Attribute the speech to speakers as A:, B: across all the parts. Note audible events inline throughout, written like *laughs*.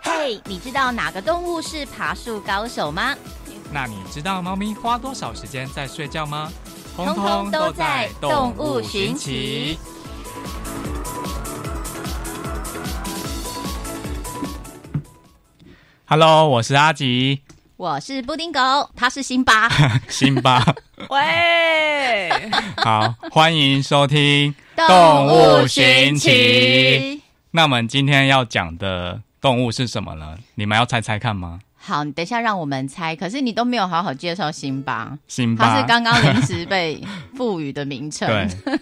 A: 嘿，你知道哪个动物是爬树高手吗？
B: 那你知道猫咪花多少时间在睡觉吗？
A: 通通都在动物寻奇。
B: Hello，我是
A: *laughs*
B: 阿吉，
A: 我是布丁狗，他是辛
B: *laughs*
A: 巴。
B: 辛巴。
C: 喂，
B: 好，欢迎收听。动物寻。那我们今天要讲的动物是什么呢？你们要猜猜看吗？
A: 好，你等一下让我们猜。可是你都没有好好介绍辛巴，
B: 辛巴，
A: 他是刚刚临时被赋予的名称。
B: *laughs* 对，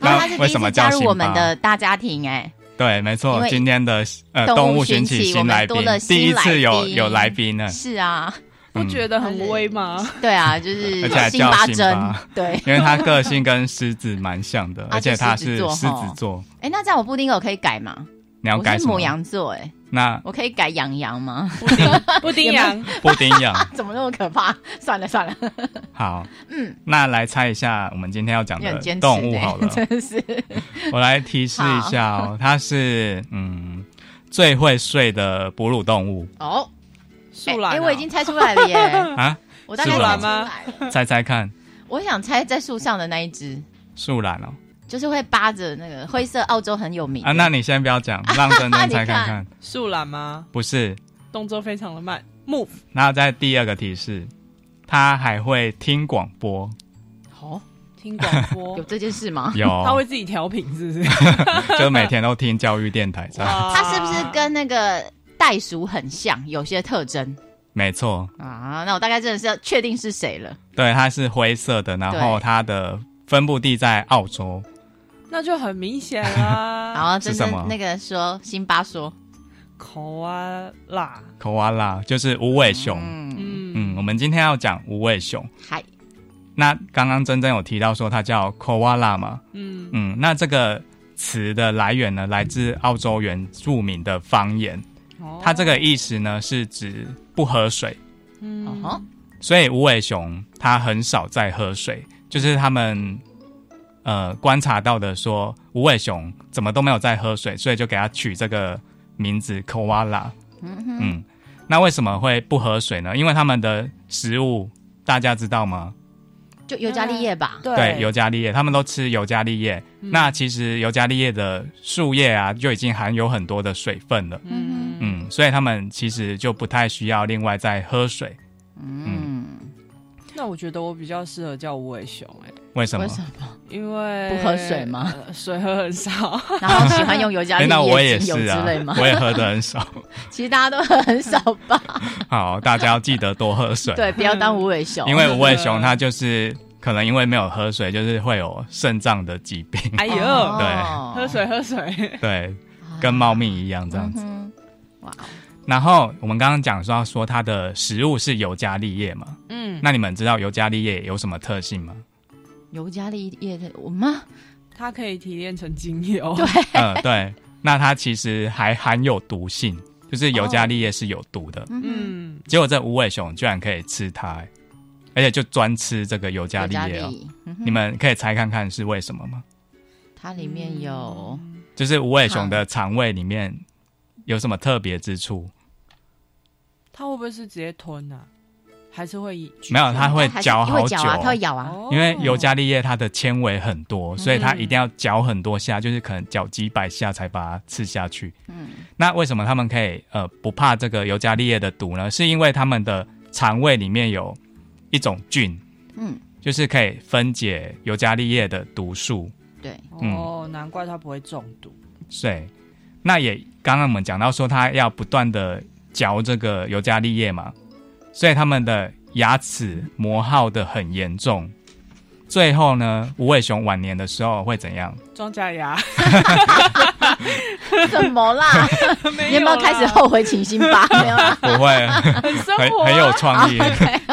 A: 然后他是
B: 那为
A: 第一
B: 什么
A: 次
B: 叫
A: 加
B: 辛
A: 入
B: 巴
A: 我们的大家庭、哎，
B: 对，没
A: 因
B: 错，
A: 为
B: 今天的呃
A: 动物
B: 物寻
A: 寻奇我们
B: 新来宾
A: 多了，新
B: 第一次
A: 来
B: 有
A: 宾
B: 有来宾呢，
A: 是啊，
C: 不
B: 嗯
C: 觉得很
A: *laughs*
C: 威吗？
A: 对啊，就是
B: *laughs* 而且还
A: 辛
B: 叫
A: 巴
B: 辛
A: 真
B: 巴，
A: 对。
B: 因为他个性跟狮子蛮
A: *laughs*
B: 像的，而且他是
A: 啊就狮
B: 狮
A: 子座
B: 子座，
A: 哎、那这样我布丁狗可以改吗？
B: 你要
A: 我
B: 改
A: 是
B: 什么
A: 母？羊座、哎，
B: 那
A: 我可以改羊羊吗？ *laughs*
C: 布丁布丁羊，
B: 布丁羊
A: 怎么那么可怕？算了算了，
B: 好，
A: 嗯，
B: 那来猜一下我们今天要讲
A: 你
B: 的
A: 很坚持、
B: 动物
A: 哎，
B: 好了
A: *laughs* 真的是
B: 我来提示一下哦，它是嗯最会睡的哺乳动物，
A: 哦。
C: 树懒
A: *laughs*
C: 啊。
A: 哎、我已经猜出来了
C: *laughs*
A: 耶！ *laughs*
B: 啊，
A: 我大概
B: 树
A: 猜
B: 懒
A: 出
C: 吗
A: 来了。
B: 猜猜看，
A: 我想猜在树上的那一只，
B: 树懒哦
A: 就是会扒着那个灰色，澳洲很有名
B: 啊，那你先不要讲，让
A: *laughs*
B: 珍珍猜看看，
C: 树懒吗？
B: 不是，
C: 动作非常的慢，move。
B: 然后在第二个提示，它还会听广播，
A: 哦，
C: 听广
A: *laughs* 有
C: 播，
A: 这件事吗？
B: *laughs* 有，
C: 他会自己调频是
B: *laughs*
C: 不是？
B: 就每天都听教育电台这样，
C: 哇
A: 它是不是跟那个袋鼠很像，有些特征
B: 没错，
A: 啊？那我大概真的是要确定是谁了。
B: 对，它是灰色的，然后
A: 对
B: 它的分布地在澳洲，
C: 那就很明显啊
A: *laughs* 然
C: 啦。
A: 后啊真
B: 是
A: 的
B: 什么
A: 那个说辛巴说，
C: 口啊啦，
B: 科瓦拉就是无尾熊。
A: 嗯，
C: 嗯，
B: 嗯，我们今天要讲无尾熊。
A: 嗨，
B: 那刚刚珍珍有提到说它叫 koala 嘛，
C: 嗯，
B: 嗯，那这个词的来源呢，来自澳洲原住民的方言，
C: 哦
B: 它这个意思呢是指不喝水，
A: 哦
C: 嗯
A: 吼，
B: 所以无尾熊它很少在喝水，就是他们呃观察到的说无尾熊怎么都没有在喝水，所以就给它取这个名字 koala。
A: 嗯哼，
B: 嗯，那为什么会不喝水呢？因为他们的食物大家知道吗？
A: 就尤加利叶吧，
B: 对，尤加利叶，他们都吃尤加利叶。
C: 嗯
B: 那其实尤加利叶的树叶啊，就已经含有很多的水分了。
C: 嗯嗯
B: 嗯，所以他们其实就不太需要另外再喝水。
A: 嗯，
C: 那我觉得我比较适合叫无尾熊哎，
B: 为什么
A: 为？什么？
C: 因为
A: 不喝水吗哦
C: 呃水喝很少，
A: 然后喜欢用尤加
B: *laughs* 哎、
A: 利
B: 那我
A: 叶
B: 也
A: 精油
B: 是
A: 之
B: 啊？
A: 类吗，
B: 我也喝的
A: *laughs*
B: 很少。
A: 其实大家都很少吧，
B: 好，大家要记得多喝水。
A: 对，不哦要当无尾熊，
B: 因为无尾熊它就是可能因为没有喝水，就是会有肾脏的疾病。 *laughs*
C: 哎呦，
A: 哦
C: 喝水喝水，
B: 对，跟猫咪一样这样
A: 嗯
B: 子。
A: 哼哇，
B: 然后我们刚刚讲说说它的食物是尤加利叶嘛，
C: *laughs* 嗯，
B: 那你们知道尤加利叶有什么特性吗？ *laughs*
A: 尤加利叶的我妈
C: 它可以提炼成精油，
B: 嗯，对。那它其实还含有毒性，就是尤加利叶是有毒的。
A: 嗯，
C: 嗯，
B: 结果这无尾熊居然可以吃它、欸而且就专吃这个尤加
A: 尤
B: 利
A: 加
B: 叶哦。
A: 利，嗯哼
B: 你们可以猜看看是为什么吗？
A: 它里面有
B: 嗯就是无尾熊的肠胃里面有什么特别之处？
C: 它会不会是直接吞啊？还是会
B: 没有，它会
A: 还是
B: 嚼
A: 因为
B: 好久
A: 嚼啊，它会咬啊，
C: 哦
B: 因为尤加利叶它的纤维很多，所以它
C: 嗯
B: 一定要嚼很多下，就是可能嚼几百下才把它吃下去。
A: 嗯，
B: 那为什么他们可以呃不怕这个尤加利叶的毒呢？是因为他们的肠胃里面有一种菌，
A: 嗯，
B: 就是可以分解尤加利叶的毒素。
A: 对，
B: 嗯
C: 哦，难怪它不会中毒。
B: 对，那也刚刚我们讲到说，它要不断的嚼这个尤加利叶嘛，所以他们的牙齿磨耗的很严重。最后呢，无尾熊晚年的时候会怎样？
C: 庄稼牙，
A: 怎么 *laughs* 啦？你
C: *laughs* 没
A: 有没有开始后悔请辛 *laughs* 巴？没有啦，
B: 不会，
C: 很生
B: 很
C: 活啊
B: 很有创意。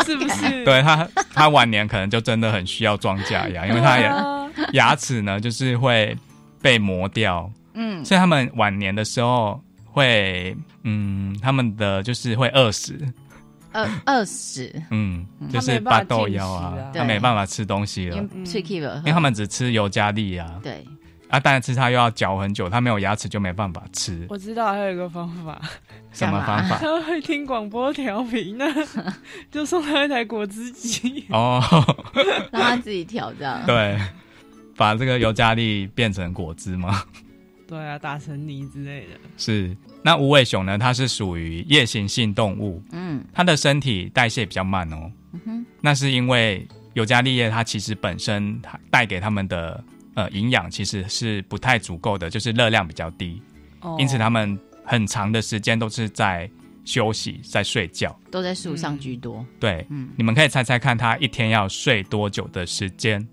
C: 是不是？
B: *laughs* 对他，他晚年可能就真的很需要装假牙，因为他也
C: 也
B: 牙齿呢就是会被磨掉，
A: 嗯，
B: 所以他们晚年的时候会，嗯，他们的就是会饿死，
A: 二二十，
B: 嗯，就
C: 他
B: 是
C: 没办法
B: 巴豆腰
C: 进食
B: 啊
C: 啊，
B: 他没办法吃东西了，
A: 因
B: 因
A: 为 tricky 了，
B: 为他们只吃尤加利啊，
A: 对，
B: 啊，当然吃它又要嚼很久，它没有牙齿就没办法吃。
C: 我知道还有一个方法，
B: 什么
A: 干
B: 方
A: 嘛
B: 法？
C: *laughs* 他会听广播调频 *laughs* 呢，就送他一台果汁机。
B: 哦， *laughs*
A: 让他自己调这样。
B: 对，把这个尤加利变成果汁吗？
C: *laughs*
B: *laughs*
C: 对啊，打成泥之类的。
B: 是。那无尾熊呢？它是属于夜行性动物，
A: 嗯
B: 它的身体代谢比较慢哦。
A: 嗯哼，
B: 那是因为尤加利叶它其实本身它带给它们的呃营养其实是不太足够的，就是热量比较低，
C: 哦
B: 因此它们很长的时间都是在休息，在睡觉。
A: 都在树上居多。
B: 对，
A: 嗯，
B: 你们可以猜猜看，它一天要睡多久的时间？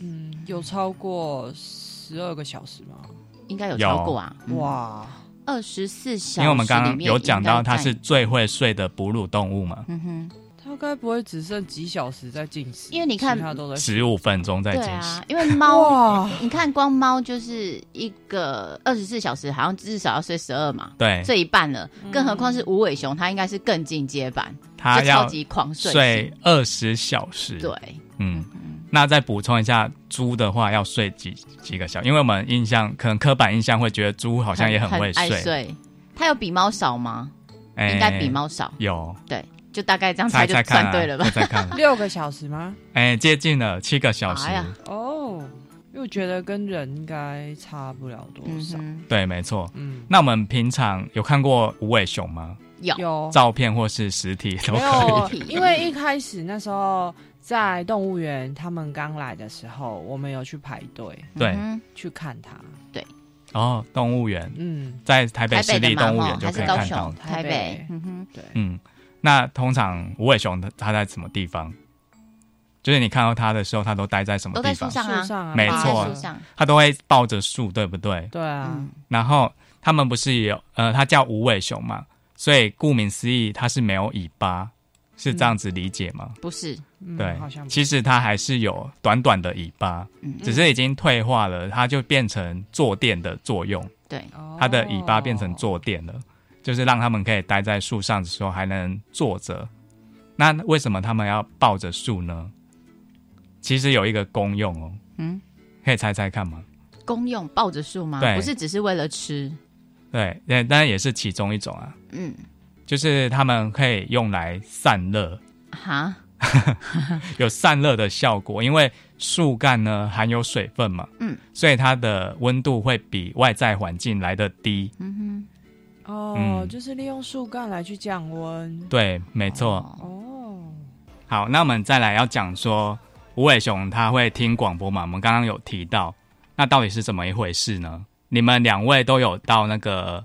C: 嗯有超过十二个小时吗？
A: 应该有超过啊。
B: 嗯
A: 哇，
C: 哇，
A: 二十四小时
B: 因为我们刚
A: 里
B: 刚
A: 面
B: 有讲到
A: 应该
B: 它
A: 占
B: 是。最会睡的哺乳动物嘛，
A: 嗯哼，
C: 他该不会只剩几小时在进食？
A: 因为你看
C: 其他都在
B: 十五分钟在
A: 对
B: 进食
A: 啊。，因为猫，
C: 哇，
A: 你看光猫就是一个二十四小时，好像至少要睡十二嘛，
B: 对，
A: 睡一半了。更何况是无尾熊，它应该是更进阶版，
B: 它
A: 就超
B: 要
A: 级狂睡
B: 睡二十小时。
A: 型。对，
B: 嗯，那再补充一下，猪的话要睡几几个小时？因为我们印象可能刻板印象会觉得猪好
A: 好
B: 像也
A: 很
B: 会
A: 爱睡。它有比猫少吗？
B: 哎
A: 应该比猫少，
B: 有，
A: 对，就大概这样
B: 猜
A: 猜就
B: 猜看、
A: 算
B: 啊，
A: 对了吧
B: *laughs* 猜？猜看，
C: 六个小时吗？
B: 哎、接近了七个小时，
A: 哎呀
C: 哦，因为我觉得跟人应该差不了多
A: 嗯
C: 少。
A: 哼，
B: 对，没错。
C: 嗯，
B: 那我们平常有看过无尾熊吗？
A: 有
C: 有
B: 照片或是实体都 *laughs*
C: 没
B: 可以。
C: 有
A: 可以？
C: 因为一开始那时候在动物园，他们刚来的时候，我们有去排队
B: 对
A: 嗯
C: 去看它。
B: 哦，动物园
C: 嗯，
B: 在台
A: 哼
B: 北
A: 台
B: 市
A: 北的
B: 立
A: 嘛
B: 动物
A: 哈
B: 园就
A: 还
B: 可
A: 是
B: 以
A: 高
B: 看到
A: 雄、
B: 了。
A: 台
C: 台
A: 北
C: 北，
A: 嗯哼，
C: 对，
B: 嗯，那通常无尾熊它它在什么地方？就是你看到它的时候，它都待在什么
A: 都
B: 地
A: 在
B: 方
A: 树？上啊
C: 树，上啊，
B: 没
A: 绑
B: 错
A: 在树上，
B: 它都会抱着树，对不对？
C: 对啊
A: 嗯，，
B: 然后它们不是也有呃，它叫无尾熊嘛，所以顾名思义，它是没有尾巴，是这样
A: 嗯
B: 子理解吗？
A: 不是，
C: 嗯
B: 对
C: 好像，不
B: 其实它还是有短短的尾巴，
A: 嗯
B: 只是已经退化了，它就变成坐垫的作用，
A: 对，
C: 哦
B: 它的尾巴变成坐垫了，就是让它们可以待在树上的时候还能坐着。那为什么它们要抱着树呢？其实有一个功用哦，
A: 嗯，
B: 可以猜猜看吗？
A: 公用抱着树吗？
B: 对
A: 不是只是为了吃，
B: 对，那当然也是其中一种啊。
A: 嗯，
B: 就是他们可以用来散热，
A: 哈，
B: 有散热的效果。因为树干呢含有水分嘛，
A: 嗯，
B: 所以它的温度会比外在环境来的低。
A: 嗯
C: 哦，
B: 嗯
C: 就是利用树干来去降温。
B: 对，没
A: 哼，
B: 错。
A: 哦，
C: 哦，
B: 好，那我们再来要讲说无尾熊它会听广播嘛？我们刚刚有提到，那到底是怎么一回事呢？你们两位都有到那个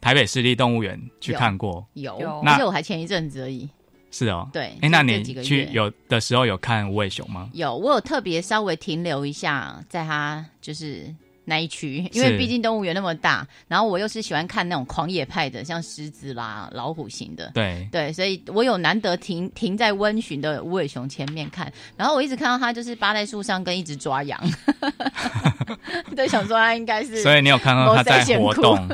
B: 台北市立动物园去
A: 有
B: 看过，
A: 有，
C: 有
A: 而
B: 那
A: 且我还前一阵子而已，
B: 是哦。
A: 对，
B: 哎，那
A: 就这
B: 你
A: 几个
B: 去
A: 月
B: 有的时候有看无尾熊吗？
A: 有，我有特别稍微停留一下，在它就是那一区，因
B: 是
A: 为毕竟动物园那么大，然后我又是喜欢看那种狂野派的，像狮子啦、老虎型的。
B: 对，
A: 对，所以我有难得停停在温驯的无尾熊前面看，然后我一直看到它就是扒在树上跟一直抓
B: *laughs*
A: 羊，对，想说它应该是
B: 所以你有看到它在
A: 没在
B: 活
A: 哭
B: 动，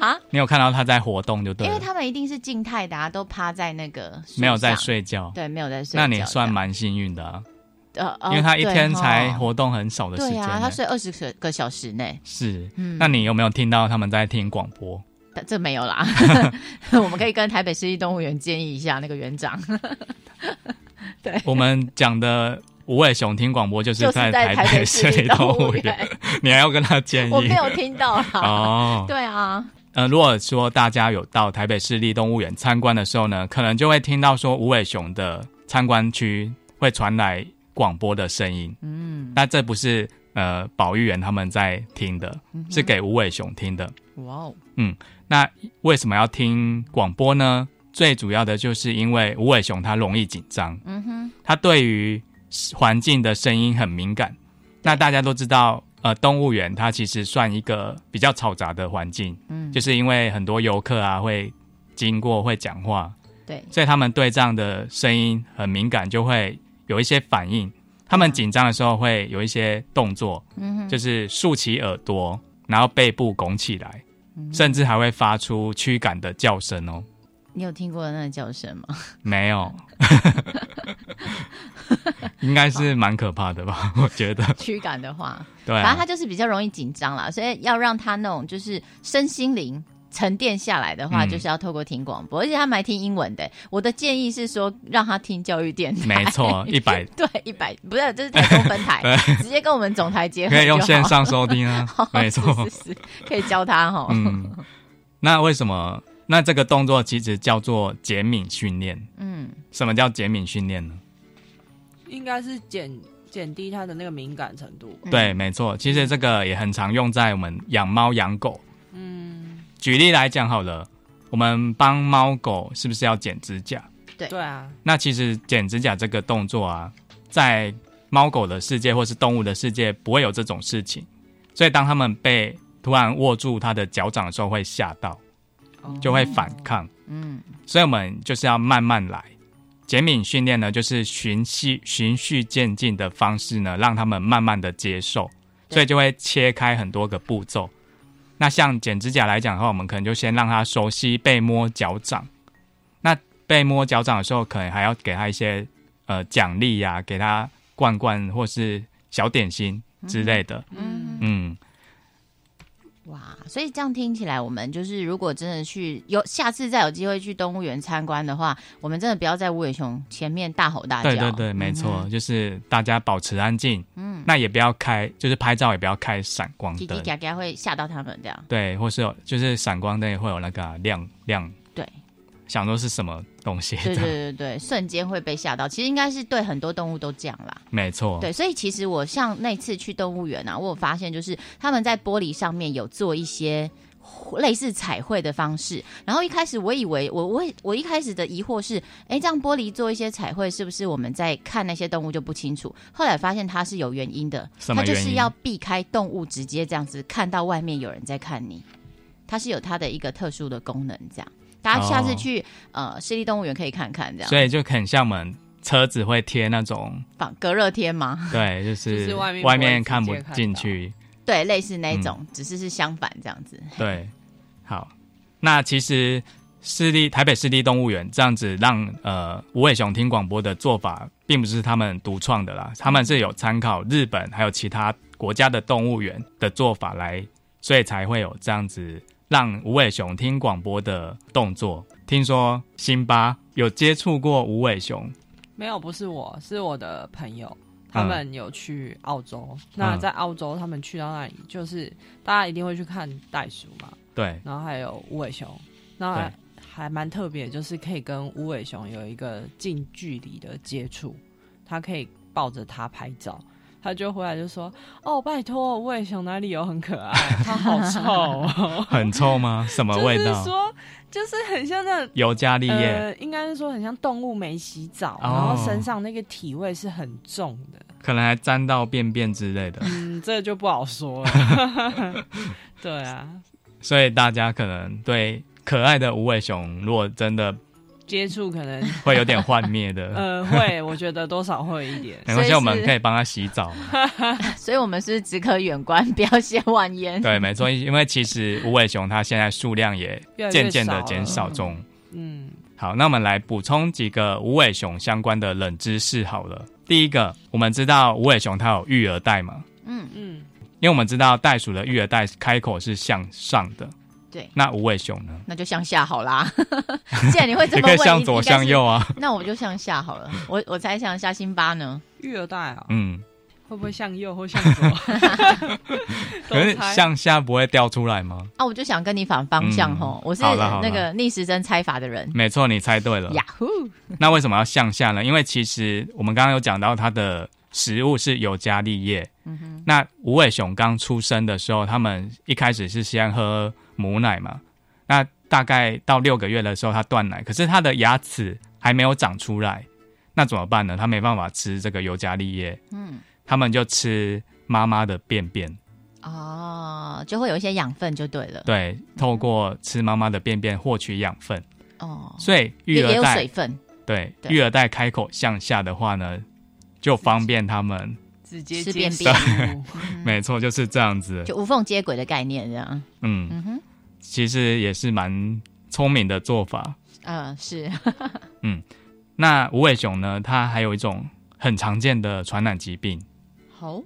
A: 啊，
B: 你有看到它在活动就对
A: 因为
B: 了，
A: 它们一定是静态的、啊，都趴在那个树
B: 没有在
A: 上，
B: 睡觉。
A: 对，没有在睡觉
B: 那
A: 这样。
B: 你算蛮幸运的、啊，
A: 呃，呃
B: 因为它一
A: 对哦
B: 天才
A: 吼
B: 活动很少的时
A: 对
B: 间呢、
A: 啊，它睡二十个小时内，
B: 是，
A: 嗯，
B: 那你有没有听到他们在听广播？
A: 但这没有
B: *laughs*
A: 啦， *laughs* 我们可以跟台北市立动物园建议一下那个园
B: *laughs*
A: 长， *laughs*
B: 我们讲的无尾熊听广播就是
A: 就是
B: 在
A: 在
B: 台
A: 台
B: 北
A: 北
B: 市
A: 市立
B: 立
A: 动
B: 动
A: 物
B: 物
A: 园
B: 园，， *laughs* 你还要跟他建议
A: 我没有听到啦。
B: 哦。
A: 对啊，
B: 呃，如果说大家有到台北市立动物园参观的时候呢，可能就会听到说无尾熊的参观区会传来广播的声音。
A: 嗯，
B: 那这不是呃保育员他们在听的，
A: 嗯
B: 是给无尾熊听的。
A: 哇哦，
B: 那为什么要听广播呢？最主要的就是因为无尾熊它容易紧张，
A: 嗯哼，
B: 它对于环境的声音很敏感。那大家都知道，呃，动物园它其实算一个比较嘈杂的环境，
A: 嗯，
B: 就是因为很多游客啊会经过会讲话，
A: 对，
B: 所以他们对这样的声音很敏感，就会有一些反应。他们紧张的时候会有一些动作，
A: 嗯哼，
B: 就是竖起耳朵，然后背部拱起来，
A: 嗯
B: 甚至还会发出驱赶的叫声哦。 *laughs*
A: *laughs* 你有听过那个叫声吗？
B: 没有，应该是蛮可怕的吧？ *laughs* 我觉得，
A: 驱赶的话，
B: 对
A: 反正
B: 啊
A: 它，就是比较容易紧张啦，所以要让它那种就是身心灵。沉淀下来的话，
B: 嗯
A: 就是要透过听广播，而且他们还听英文的。我的建议是说，让他听教育电台。
B: 没
A: *laughs*
B: 错，哦一百
A: 对，一百不是，这是台中分台
B: *laughs* 对，
A: 直接跟我们总台结合
B: 可以用
A: 就好 *laughs*
B: 线。上收听啊
A: 哦，
B: 没错
A: 是，是是，可以教他哈。
B: 嗯，那为什么？那这个动作其实叫做减敏训练。
A: *laughs* 嗯，
B: 什么叫减敏训练呢？
C: 应该是减减低它的那个敏感程度吧。
A: 嗯
B: 对，没错，其实这个也很常用在我们养猫养狗。嗯，举例来讲好了，我们帮猫狗是不是要剪指甲？
A: 对
C: 对啊，
B: 那其实剪指甲这个动作啊，在猫狗的世界或是动物的世界不会有这种事情，所以当它们被突然握住它的脚掌的时候，会吓到，就会反抗。
A: 嗯
B: 所以我们就是要慢慢来。减敏训练呢，就是循序循序渐进的方式呢，让他们慢慢的接受，
A: 对
B: 所以就会切开很多个步骤。那像剪指甲来讲的话，我们可能就先让他熟悉被摸脚掌。那被摸脚掌的时候，可能还要给他一些呃奖励呀、给他罐罐或是小点心之类的。
A: 嗯，
B: 嗯，
A: 哇！所以这样听起来，我们就是如果真的去有下次再有机会去动物园参观的话，我们真的不要在无尾熊前面大吼大叫。
B: 对对对，没错，
A: 嗯
B: 就是大家保持安静。
A: 嗯
B: 嗯，那也不要开，就是拍照也不要开闪光
A: 哼，叽
B: 灯
A: 叽。嘎嘎会吓到他们这
B: *laughs*
A: 样。
B: 对，或是有就是闪光灯也会有那个啊亮亮，
A: 对，
B: 想说是什么东西
A: 对对
B: 这样，
A: 对对，瞬间会被吓到。其实应该是对很多动物都这样啦。
B: 没错，
A: 对，所以其实我像那次去动物园啊，我有发现就是他们在玻璃上面有做一些。类似彩绘的方式，然后一开始我以为我我我一开始的疑惑是，哎，这样玻璃做一些彩绘，是不是我们在看那些动物就不清楚？后来发现它是有原因的，
B: 什么
A: 它就
B: 原
A: 是
B: 因
A: 要避开动物直接这样子看到外面有人在看你，它是有它的一个特殊的功能。这样，大家下次
B: 哦
A: 去、呃市立动物园可以看看，这样
B: 所以就很像我们车子会贴那种，
A: 仿隔热贴吗？
B: 对，就是
C: 就是外面
B: 外
C: 不会
B: 面
C: 直接
B: 看不
C: 看到
B: 进去，
A: 对，类似那一
B: 嗯
A: 种，只是是相反这样子。 *laughs*
B: 对，好，那其实市立台北市立动物园这样子让呃无尾熊听广播的做法，并不是他们独创的啦，他们是有参考日本还有其他国家的动物园的做法来，所以才会有这样子让无尾熊听广播的动作。听说辛巴有接触过无尾熊，
C: 没有，不是我，是我的朋友，
B: 嗯
C: 他们有去澳洲。那在澳洲，他们去到那里，就是大家一定会去看袋鼠嘛， *laughs*
B: 对，
C: 然后还有无尾熊，然后还还蛮特别，就是可以跟无尾熊有一个近距离的接触，他可以抱着它拍照。他就回来就说：“哦，拜托，无尾熊哪里有很可爱？它好
B: *laughs*
C: 臭、哦，
B: 很臭吗？什么味
C: 就
B: 道
C: 是？说，就是很像那
B: 尤加利叶。
C: 呃，应该是说很像动物没洗澡，
B: 哦
C: 然后身上那个体味是很重
B: *laughs*
C: 的。
B: 可能还沾到便便之类的，
C: 嗯，这就不好说
B: *laughs*
C: 了。对啊，
B: 所以大家可能对可爱的无尾熊，如果真的
C: 接触可
B: *laughs*
C: 能
B: 会有点幻
A: *laughs*
B: 灭的。
C: 呃会，我觉得多少会一点。
B: 没
A: 所
B: 关系，
A: 以是
B: 我们可以帮他洗
A: *laughs*
B: 澡嘛。
A: 所以我们是不是只可远观，不要亵玩焉。
B: 对，没错，因为其实无尾熊它现在数量也
C: 越来越
B: 渐渐的
C: 少
B: 减
C: 了
B: 少中。
C: 嗯，
B: 好，那我们来补充几个无尾熊相关的冷知识好了。第一个，我们知道无尾熊它有育儿袋嘛？
A: 嗯，
C: 嗯，
B: 因为我们知道袋鼠的育儿袋开口是向上的，
A: 对，
B: 那无尾熊呢？
A: 那就向下好啦。 *laughs* 既然你会这
B: 也
A: 么问，
B: 可以向左
A: 应该是
B: 向，右啊。
A: 那我们就向下好了。我我猜想一下辛巴呢？
C: 育儿袋啊，
B: 嗯，
A: *laughs*
C: 会不会向右或向
B: *laughs*
C: 左？ *laughs*
B: 可是
C: 都猜
B: 向下不会掉出来吗？
A: 啊，我就想跟你反方向
B: 嗯
A: 吼，我是
B: 好啦好啦嗯
A: 那个逆时针猜法的人。
B: 没错，你猜对了。
A: 呀呼，
B: 那为什么要向下呢？因为其实我们刚刚有讲到它的食物是尤加利叶。
A: 嗯
B: 那无尾熊刚出生的时候，它们一开始是先喝母奶嘛。那大概到六个月的时候，它断奶，可是它的牙齿还没有长出来，那怎么办呢？它没办法吃这个尤加利叶，
A: 嗯，
B: 它们就吃妈妈的便便。
A: 哦，就会有一些养分就对了。
B: 对，透过吃妈妈的便便获取养分，
A: 哦，
B: 所以育
A: 也也
B: 儿
A: 有
B: 袋
A: 水分，
B: 对，
A: 对
B: 育儿袋开口向下的话呢，就方便他们。
C: 直接
A: 吃
C: 接
A: 便
C: 触
A: 便
B: 没错，就是这样子。
A: 嗯就无缝接轨的概念这样。
B: 嗯，
A: 嗯哼，
B: 其实也是蛮聪明的做法。
A: 呃，是， *laughs*
B: 那无尾熊呢，它还有一种很常见的传染疾病，
A: 好，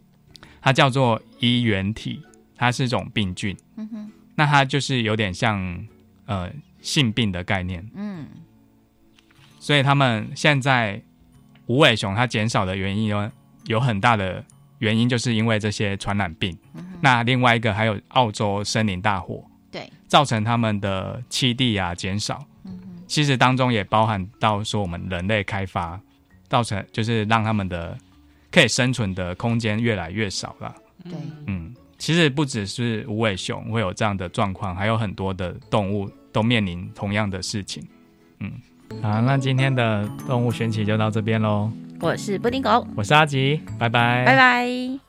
B: 它叫做衣原体，它是一种病菌。
A: 嗯哼，
B: 那它就是有点像呃性病的概念，
A: 嗯，
B: 所以他们现在无尾熊它减少的原因有有很大的原因，就是因为这些传染病。那另外一个还有澳洲森林大火，
A: 对，
B: 造成他们的栖地啊减少。其实当中也包含到说我们人类开发造成，就是让他们的可以生存的空间越来越少了。
A: 对
C: 嗯
B: 嗯，其实不只是无尾熊会有这样的状况，还有很多的动物都面临同样的事情。嗯，好，那今天的动物选起就到这边喽。
A: 我是布丁狗，
B: 我是阿吉，拜拜，
A: 拜拜。